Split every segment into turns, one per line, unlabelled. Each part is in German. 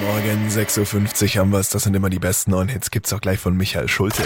Morgen, 6.50 Uhr haben wir es. Das sind immer die besten neuen Hits. Gibt's auch gleich von Michael Schulte.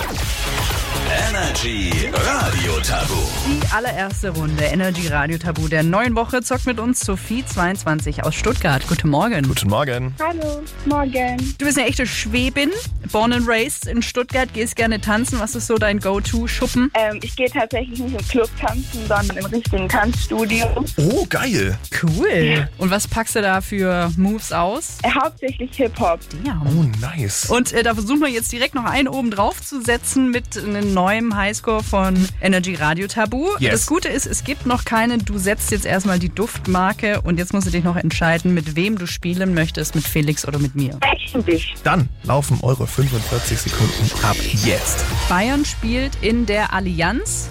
Energy Radio Tabu.
Die allererste Runde Energy Radio Tabu der neuen Woche zockt mit uns Sophie22 aus Stuttgart. Guten Morgen.
Guten Morgen.
Hallo, morgen.
Du bist eine echte Schwäbin, born and raised in Stuttgart, gehst gerne tanzen. Was ist so dein Go-To-Schuppen?
Ähm, ich gehe tatsächlich nicht im Club tanzen, sondern im richtigen Tanzstudio.
Oh, geil.
Cool. Und was packst du da für Moves aus?
Äh, hauptsächlich Hip-Hop.
Ja.
Oh, nice.
Und äh, da versuchen wir jetzt direkt noch einen oben drauf zu setzen mit einem neuen Highscore von Energy Radio Tabu.
Yes.
Das Gute ist, es gibt noch keinen. Du setzt jetzt erstmal die Duftmarke und jetzt musst du dich noch entscheiden, mit wem du spielen möchtest, mit Felix oder mit mir.
Eigentlich.
Dann laufen eure 45 Sekunden ab jetzt.
Bayern spielt in der Allianz.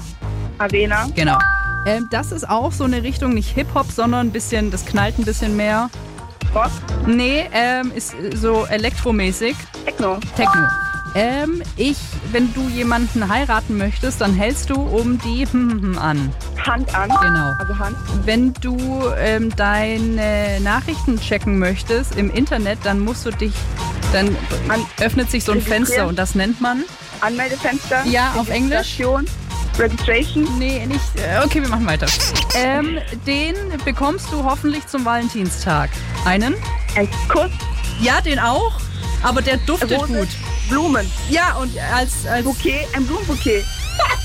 Avena.
Genau. Ähm, das ist auch so eine Richtung, nicht Hip-Hop, sondern ein bisschen, das knallt ein bisschen mehr.
Bob.
Nee, ähm, ist so elektromäßig.
Techno.
Techno. Ähm, ich, wenn du jemanden heiraten möchtest, dann hältst du um die an.
Hand an.
Genau.
Also Hand.
Wenn du ähm, deine Nachrichten checken möchtest im Internet, dann musst du dich, dann öffnet sich so ein
Registrieren.
Fenster und das nennt man.
Anmeldefenster.
Ja, auf Englisch.
Registration. Registration.
Nee, nicht. äh, Okay, wir machen weiter. Ähm, den bekommst du hoffentlich zum Valentinstag. Einen?
Ein Kuss.
Ja, den auch. Aber der duftet
Rose.
gut.
Blumen.
Ja, und als, als
Bouquet. Ein Blumenbouquet.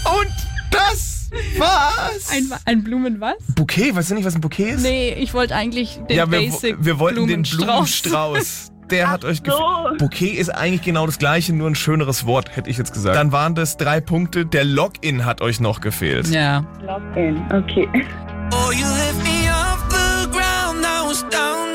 Und das war's.
ein, ein Blumen was?
Bouquet? Weißt du nicht, was ein Bouquet ist?
Nee, ich wollte eigentlich den
ja, wir,
Basic
wir wollten den
Blumenstrauß.
Blumenstrauß. Der hat euch
so.
gef- Bouquet ist eigentlich genau das gleiche, nur ein schöneres Wort, hätte ich jetzt gesagt. Dann waren das drei Punkte. Der Login hat euch noch gefehlt.
Ja.
Login. Okay.
Oh, you lift me off the ground, I was down